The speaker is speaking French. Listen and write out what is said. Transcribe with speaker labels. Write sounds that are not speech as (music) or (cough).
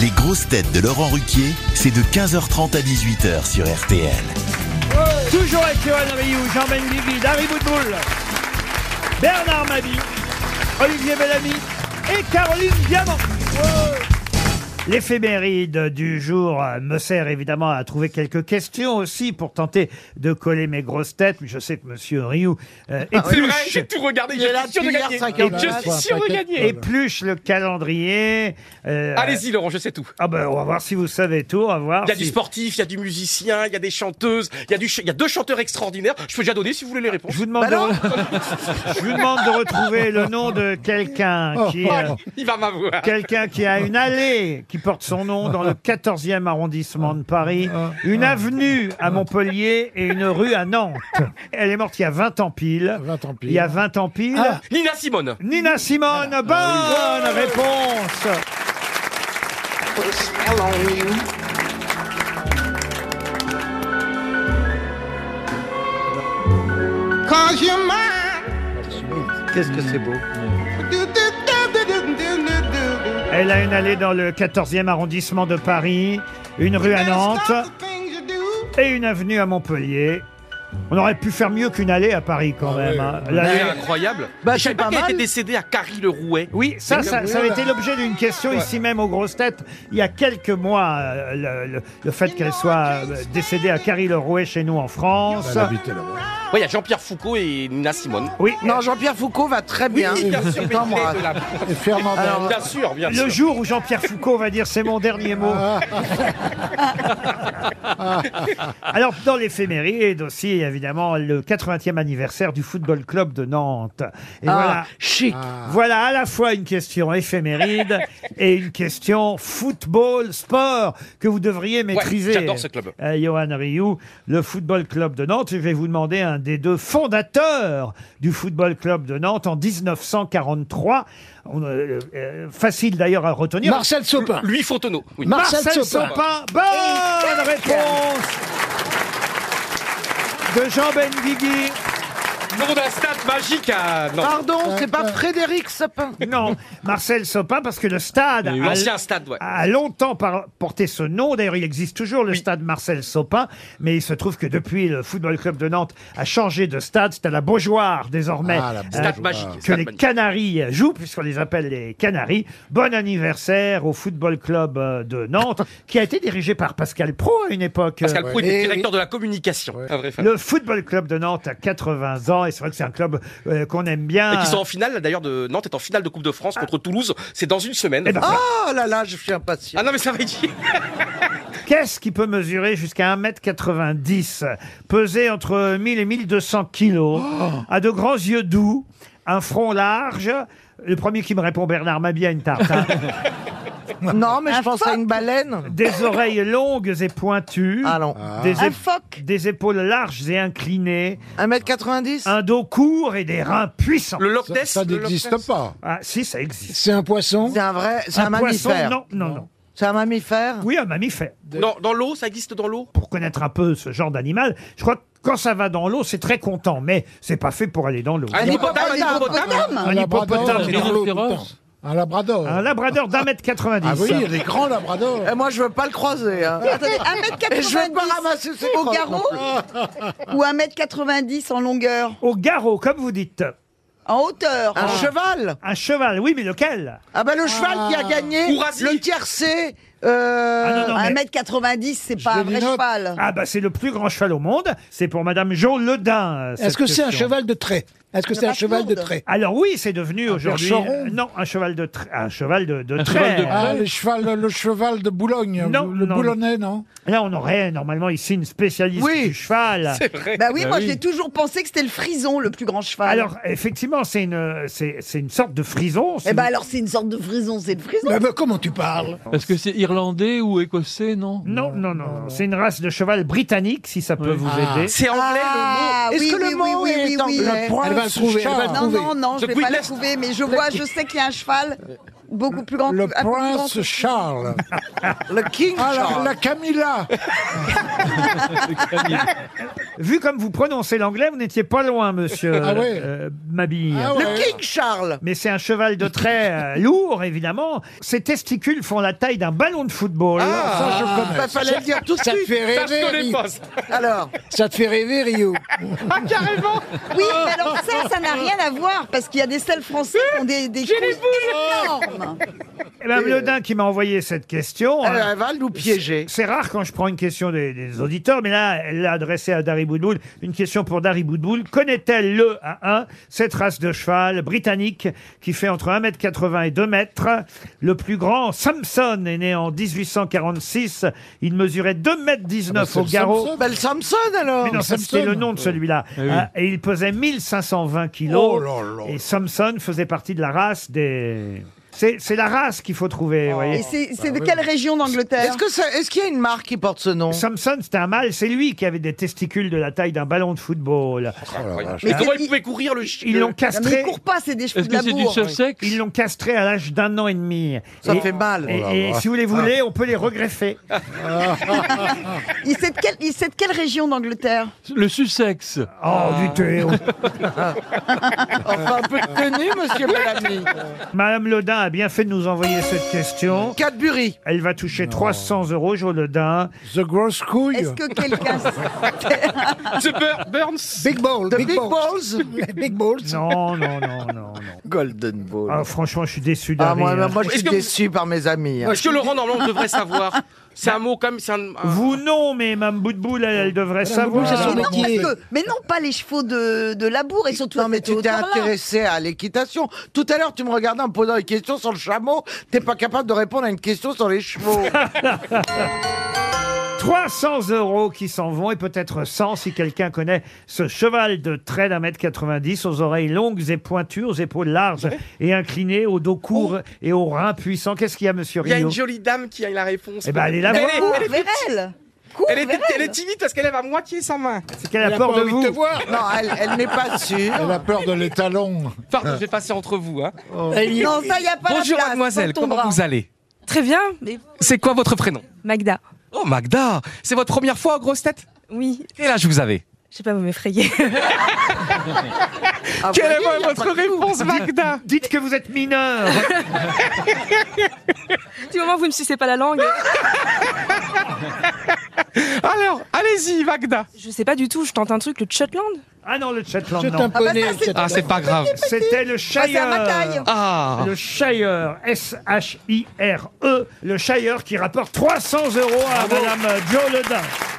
Speaker 1: Les grosses têtes de Laurent Ruquier, c'est de 15h30 à 18h sur RTL.
Speaker 2: Toujours avec Johan Rioux, Jean Benguigui, Dari Boudboul, Bernard Mabi, Olivier Bellamy et Caroline Diamant. L'éphéméride du jour euh, me sert évidemment à trouver quelques questions aussi pour tenter de coller mes grosses têtes. Mais je sais que Monsieur Rioux euh,
Speaker 3: Ah,
Speaker 4: Ah
Speaker 3: C'est
Speaker 4: Oh,
Speaker 3: vrai,
Speaker 2: épluche,
Speaker 3: j'ai tout regardé, je
Speaker 4: Il est là
Speaker 3: suis sûr de
Speaker 4: depuis hier,
Speaker 3: gagner.
Speaker 4: cinq heures,
Speaker 3: Et je
Speaker 4: là,
Speaker 3: suis sûr de
Speaker 4: t'inquiète.
Speaker 3: gagner.
Speaker 2: épluche le calendrier. euh,
Speaker 3: Allez-y, Laurent, je sais tout.
Speaker 2: Ah ben, on va voir si vous savez tout. On va voir.
Speaker 3: Il y a
Speaker 2: si-
Speaker 3: du sportif, il y a du musicien, il y a des chanteuses, il y a, du ch- il y a deux chanteurs extraordinaires. Je peux déjà donner si vous voulez les réponses.
Speaker 2: Je vous demande, de... (laughs) je vous demande de retrouver le nom de
Speaker 3: Oh,
Speaker 2: quelqu'un qui. euh,
Speaker 3: Il va m'avoir.
Speaker 2: Quelqu'un qui a une allée qui porte son nom dans le 14e arrondissement de Paris, une avenue à Montpellier et une rue à Nantes. Elle est morte il y a 20 ans pile.
Speaker 4: 20 ans pile.
Speaker 2: Il y a 20 ans pile.
Speaker 4: Ah.
Speaker 3: Nina Simone.
Speaker 2: Nina Simone, bonne réponse
Speaker 5: Cause you're mine.
Speaker 4: Qu'est-ce que c'est beau
Speaker 5: Do, do, do, do, do, do, do, do.
Speaker 2: Elle a une allée dans le 14e arrondissement de Paris, une rue à
Speaker 5: There's
Speaker 2: Nantes
Speaker 5: lots of things you do.
Speaker 2: et une avenue à Montpellier. On aurait pu faire mieux qu'une allée à Paris
Speaker 4: Ah,
Speaker 2: quand même. hein. L'allée-
Speaker 3: C'est incroyable.
Speaker 4: Bah,
Speaker 3: je savais
Speaker 4: c'est
Speaker 3: pas
Speaker 4: pas
Speaker 3: qu'elle
Speaker 4: mal.
Speaker 3: était décédée à Carry-le-Rouet.
Speaker 2: Oui, ça, ça, ça avait été l'objet d'une question
Speaker 3: Ouais.
Speaker 2: ici même aux grosses têtes il y a quelques mois. euh, le, le- le fait qu'elle soit euh, décédée à Carry-le-Rouet chez nous en France.
Speaker 3: Ouais, il y a Jean-Pierre Foucault et Nina Simone.
Speaker 2: Oui,
Speaker 4: Non, Jean-Pierre Foucault va très bien.
Speaker 3: bien sûr, mais
Speaker 4: Attends, moi.
Speaker 3: il est de la-
Speaker 4: Alors,
Speaker 3: Bien sûr, bien
Speaker 2: le
Speaker 3: sûr.
Speaker 2: jour où Jean-Pierre Foucault va dire c'est mon dernier
Speaker 4: (laughs)
Speaker 2: mot. Alors, dans l'éphéméride aussi, évidemment, le 80e anniversaire du football club de Nantes. Et voilà.
Speaker 4: ah, chic.
Speaker 2: Voilà à la fois une question
Speaker 4: (laughs)
Speaker 2: éphéméride et une question football, sport, que vous devriez maîtriser.
Speaker 3: j'adore ce club.
Speaker 2: Euh, Johan Rioux, le football club de Nantes. Je vais vous demander un des deux fondateurs du football club de Nantes en 1943. On, euh, euh, facile d'ailleurs à retenir.
Speaker 4: Marcel Sopin.
Speaker 3: Lui Fontenot. Oui.
Speaker 4: Mar-
Speaker 2: Marcel,
Speaker 4: Marcel
Speaker 2: Sopin.
Speaker 4: Sopin.
Speaker 2: Bonne réponse de Jean Benguigui.
Speaker 3: Nom d'un stade magique à Nantes.
Speaker 4: Pardon, c'est pas Frédéric Sopin.
Speaker 2: Non, Marcel Sopin, parce que le stade a-
Speaker 3: L'ancien stade, ouais.
Speaker 2: a longtemps par- porté ce nom. D'ailleurs, il existe toujours le stade Marcel Sopin, mais il se trouve que depuis, le Football Club de Nantes a changé de stade. C'est à la Beaujoire désormais.
Speaker 4: Ah, la
Speaker 2: euh,
Speaker 3: Stade magique.
Speaker 2: que
Speaker 3: stade
Speaker 2: les
Speaker 3: magique.
Speaker 2: Canaries jouent, puisqu'on les appelle les Canaries. Bon anniversaire au Football Club euh, de
Speaker 3: (laughs)
Speaker 2: Nantes, qui a été dirigé par Pascal Pro à une époque.
Speaker 3: Pascal
Speaker 2: Euh,
Speaker 3: Prou était
Speaker 4: Et-
Speaker 3: directeur de la communication. Un vrai fan.
Speaker 2: Le Football Club de Nantes a 80 ans, et c'est vrai que c'est un club euh, qu'on aime bien.
Speaker 3: Et qui sont en finale, là, d'ailleurs, de Nantes est en finale de Coupe de France contre Toulouse. C'est dans une semaine.
Speaker 2: Ah. Eh ben,
Speaker 4: Oh là là, je suis impatient.
Speaker 3: Ah non, mais ça va être.
Speaker 2: Qu'est-ce qui peut mesurer jusqu'à 1m90, peser entre 1000 et 1200 kilos,
Speaker 4: Oh
Speaker 2: a de grands yeux doux, un front large Le premier qui me répond, Bernard Mabie, a une tarte.
Speaker 4: (laughs)
Speaker 2: hein.
Speaker 4: Non, mais je pense à une baleine.
Speaker 2: Des oreilles longues et pointues.
Speaker 4: Ah non.
Speaker 2: Des,
Speaker 6: Un
Speaker 2: ép-
Speaker 6: phoque.
Speaker 2: des épaules larges et inclinées,
Speaker 4: 1m90
Speaker 2: un dos court et des reins puissants.
Speaker 3: Le Loch Ness.
Speaker 7: Ça
Speaker 3: le Loch
Speaker 7: n'existe
Speaker 3: Ness.
Speaker 7: pas.
Speaker 2: Ah si, ça existe.
Speaker 7: C'est un poisson.
Speaker 4: C'est un vrai. C'est un,
Speaker 2: poisson
Speaker 4: mammifère.
Speaker 2: Non, non, non.
Speaker 4: C'est un mammifère
Speaker 2: Oui, un mammifère.
Speaker 3: Dans, dans l'eau, ça existe dans l'eau
Speaker 2: Pour connaître un peu ce genre d'animal, je crois que quand ça va dans l'eau, c'est très content, mais c'est pas fait pour aller dans l'eau.
Speaker 6: Ah,
Speaker 4: Ah,
Speaker 3: Un
Speaker 6: Oh,
Speaker 3: hippopotame, un hippopotame
Speaker 2: Un hippopotame.
Speaker 7: c'est dans l'eau tout le temps. Un labrador.
Speaker 2: Un labrador d'un mètre 90.
Speaker 7: Ah oui, il y a des grands labradors.
Speaker 4: Et moi, je veux pas le croiser. hein.
Speaker 6: Attendez, 1m90
Speaker 4: Et je veux pas ramasser ses
Speaker 6: au
Speaker 4: crottes
Speaker 6: garrot
Speaker 4: (laughs) non plus.
Speaker 6: ou 1m90 en longueur,
Speaker 2: Au garrot, comme vous dites.
Speaker 6: en hauteur. Oh.
Speaker 4: Un cheval
Speaker 2: Un cheval, oui, mais lequel
Speaker 4: Ah bah le cheval qui a gagné
Speaker 3: Ourasi.
Speaker 4: le tiercé. euh,
Speaker 2: Ah non, non, mais-
Speaker 6: 1m90, c'est pas un vrai
Speaker 7: note.
Speaker 6: cheval.
Speaker 2: Ah bah c'est le plus grand cheval au monde. C'est pour Madame Jo Ledin. euh, cette
Speaker 7: Est-ce que c'est un
Speaker 2: question.
Speaker 7: cheval de trait Est-ce que c'est un
Speaker 6: vache
Speaker 7: cheval de
Speaker 6: lourde.
Speaker 7: trait
Speaker 2: Alors oui, c'est devenu aujourd'hui.
Speaker 7: percheron
Speaker 2: euh, Non, un cheval de tra- un cheval de,
Speaker 8: cheval
Speaker 2: de trait.
Speaker 8: de
Speaker 7: Ah, le cheval, le cheval de Boulogne.
Speaker 2: Eh Non,
Speaker 7: le
Speaker 2: non,
Speaker 7: boulonnais, non
Speaker 2: Là, on aurait normalement ici une spécialiste
Speaker 4: Oui.
Speaker 2: du cheval.
Speaker 3: C'est vrai.
Speaker 6: Bah oui, moi j'ai toujours pensé que c'était le frison, le plus grand cheval.
Speaker 2: Alors effectivement, c'est une c'est c'est une sorte de frison.
Speaker 6: eh
Speaker 2: c'est-
Speaker 6: ben alors c'est une sorte de frison, c'est le frison.
Speaker 7: Mais, mais comment tu parles
Speaker 8: Est-ce que c'est irlandais ou écossais, non
Speaker 2: Non, non, non, non. c'est une race de cheval britannique, si ça peut
Speaker 8: Oui.
Speaker 2: vous
Speaker 7: Ah. (laughs)
Speaker 2: aider.
Speaker 3: C'est anglais,
Speaker 6: Ah,
Speaker 4: Est-ce
Speaker 6: oui,
Speaker 4: que
Speaker 6: oui,
Speaker 4: le mot
Speaker 6: oui,
Speaker 4: est
Speaker 6: oui, oui,
Speaker 4: anglais
Speaker 6: oui.
Speaker 7: Point
Speaker 4: Elle va le
Speaker 7: sous
Speaker 4: trouver,
Speaker 7: chat.
Speaker 4: elle va le
Speaker 6: Non,
Speaker 4: trouver.
Speaker 6: non, non, je
Speaker 3: The
Speaker 6: vais pas
Speaker 3: Queen
Speaker 6: le
Speaker 3: Est.
Speaker 6: trouver, mais je vois, je sais qu'il y a un cheval beaucoup plus grand
Speaker 7: Le
Speaker 6: que- un peu plus grand
Speaker 7: prince
Speaker 6: que-
Speaker 7: Charles.
Speaker 4: Le King
Speaker 7: Ah,
Speaker 4: Charles.
Speaker 7: la, la Camilla
Speaker 2: vu comme vous prononcez l'anglais, vous n'étiez pas loin, monsieur
Speaker 7: Ah ouais.
Speaker 2: euh, Mabille.
Speaker 7: Ah ouais.
Speaker 4: Le King Charles.
Speaker 2: Mais c'est un cheval de trait euh,
Speaker 4: (laughs)
Speaker 2: lourd, évidemment. Ses testicules font la taille d'un ballon de football.
Speaker 7: Ça, je
Speaker 4: Il
Speaker 7: connais.
Speaker 4: Ah, bah, fallait le dire tout de
Speaker 7: Ça te
Speaker 4: suite.
Speaker 7: fait
Speaker 3: Ça, je
Speaker 7: rêver,
Speaker 3: connais
Speaker 7: Rio.
Speaker 3: pas. ça.
Speaker 4: Alors,
Speaker 7: Ça te fait rêver, Rio.
Speaker 6: Oui, mais alors ça, ça n'a rien à voir parce qu'il y a des selles français qui ont des, des couilles énormes.
Speaker 2: Et Mme Ledin Eh ben, qui m'a envoyé cette question.
Speaker 4: elle,
Speaker 2: hein.
Speaker 4: elle va nous piéger.
Speaker 2: C'est rare quand je prends une question des, des auditeurs, mais là, elle l'a adressée à Dari Boudboul. Une question pour Dari Boudboul. Connaît-elle le 1 cette race de cheval britannique qui fait entre 1m80 et 2m Le plus grand, Samson, est né en 1846. Il mesurait 2m19
Speaker 7: Ah bah, c'est
Speaker 2: au
Speaker 7: le
Speaker 2: garrot.
Speaker 7: Samson.
Speaker 4: Oh, Belle Samson, alors.
Speaker 2: Mais non, ça, c'était
Speaker 7: Samson.
Speaker 2: le nom de celui-là.
Speaker 8: Eh oui.
Speaker 2: Hein, Et il pesait 1520 kilos.
Speaker 7: Oh là là.
Speaker 2: Et Samson faisait partie de la race des... C'est c'est la race qu'il faut trouver, vous voyez.
Speaker 6: Et c'est c'est de quelle région d'Angleterre
Speaker 4: Est-ce que ça- est-ce qu'il y a une marque qui porte ce nom
Speaker 2: Samson, c'était un mâle, c'est lui qui avait des testicules de la taille d'un ballon de football.
Speaker 3: Mais comment
Speaker 6: il-
Speaker 3: il pouvait courir le chien
Speaker 2: Ils l'ont
Speaker 6: Non, mais
Speaker 2: castré,
Speaker 6: ils courent pas, c'est des cheveux
Speaker 8: Est-ce
Speaker 6: de
Speaker 8: que
Speaker 6: la
Speaker 8: c'est du
Speaker 6: bourre.
Speaker 8: sussex
Speaker 2: ils l'ont castré à l'âge d'un an et demi.
Speaker 4: Ça
Speaker 2: et,
Speaker 4: fait mal. oh
Speaker 2: et- et si vous les voulez, on peut les regreffer.
Speaker 6: Il sait de quelle, il sait de quelle région d'Angleterre
Speaker 8: Le sussex.
Speaker 2: Oh, du Théo.
Speaker 4: Enfin, un peu de tenue, monsieur Bellamy.
Speaker 2: (laughs) Madame Lodin a bien fait de nous envoyer cette question.
Speaker 4: Cadbury.
Speaker 2: Elle va toucher 300 euros, Jo Lodin.
Speaker 7: The Gross Couille.
Speaker 6: Est-ce que quelqu'un
Speaker 3: The Bur- Burns
Speaker 7: Big Ball.
Speaker 4: The
Speaker 7: Big,
Speaker 4: Big Balls.
Speaker 7: Balls. Big Balls.
Speaker 2: Non, non, non, non, non.
Speaker 4: Golden Ball.
Speaker 2: Ah, franchement, je suis déçu hein.
Speaker 4: Ah,
Speaker 2: d'arriver.
Speaker 4: moi, moi, je
Speaker 3: Est-ce
Speaker 4: suis
Speaker 3: que vous-
Speaker 4: déçu par mes amis. hein.
Speaker 3: Est-ce que Laurent Normand devrait savoir C'est un mot quand même, c'est un... un-
Speaker 2: Vous non, mais Mme Boutboul, elle, elle devrait
Speaker 7: Boutboul,
Speaker 2: savoir.
Speaker 7: c'est son
Speaker 6: mais, non, parce
Speaker 7: métier.
Speaker 6: que- mais non, pas les chevaux de, de la bourre et surtout
Speaker 4: Non, mais
Speaker 6: avec
Speaker 4: tu
Speaker 6: le
Speaker 4: t'es
Speaker 6: haut-parleur.
Speaker 4: intéressé à l'équitation. Tout à l'heure, tu me regardais en me posant une question sur le chameau. T'es pas capable de répondre à une question sur les chevaux.
Speaker 2: 300 euros qui s'en vont et peut-être 100 si quelqu'un connaît ce cheval de trait d'un mètre 90 aux oreilles longues et pointues, aux épaules larges et inclinées, au dos court et aux reins puissants. Qu'est-ce qu'il y a, monsieur
Speaker 3: Il y a
Speaker 2: Rio
Speaker 3: une jolie dame qui a la réponse.
Speaker 2: Eh ben, allez la
Speaker 3: elle,
Speaker 2: voir.
Speaker 3: est,
Speaker 6: Cours
Speaker 3: elle, est,
Speaker 6: vers elle Cours
Speaker 3: elle est-
Speaker 6: vers
Speaker 3: elle est
Speaker 6: elle.
Speaker 3: timide parce qu'elle lève à moitié sa main.
Speaker 2: C'est qu'elle a peur de
Speaker 7: envie
Speaker 2: vous.
Speaker 7: te voir.
Speaker 4: non, elle, elle n'est pas sûre.
Speaker 7: Elle a peur de l'étalon.
Speaker 3: Pardon, je vais passer entre vous. hein.
Speaker 6: Non, ça, il n'y a pas
Speaker 3: Bonjour
Speaker 6: la place.
Speaker 3: mademoiselle,
Speaker 6: dans ton
Speaker 3: comment
Speaker 6: bras.
Speaker 3: vous allez
Speaker 9: Très bien, mais
Speaker 3: C'est quoi votre prénom
Speaker 9: Magda,
Speaker 3: Oh Magda, c'est votre première fois aux grosses têtes
Speaker 9: oui,
Speaker 3: Quel âge vous avez
Speaker 9: je sais pas, vous m'effrayez. (laughs)
Speaker 4: Ah,
Speaker 3: Quelle
Speaker 4: vous voyez,
Speaker 3: est
Speaker 4: y a
Speaker 3: votre
Speaker 4: pas de tout.
Speaker 3: réponse Magda
Speaker 2: Dites que vous êtes mineur.
Speaker 9: du moment où vous me sucez pas la langue,
Speaker 3: Alors, allez-y Magda
Speaker 9: je sais pas du tout, je tente un truc, le Shetland
Speaker 2: Ah non, le Shetland,
Speaker 7: C'est un
Speaker 2: non.
Speaker 7: poney.
Speaker 6: bah ça, c'est-
Speaker 7: c'est-
Speaker 3: Ah, c'est pas grave.
Speaker 2: C'était le
Speaker 6: Ah, c'est à ma taille.
Speaker 2: Shire.
Speaker 3: Ah
Speaker 2: Le Shire, E, S-H-I-R-E, le Shire qui rapporte 300 euros à Madame Jo Ledin.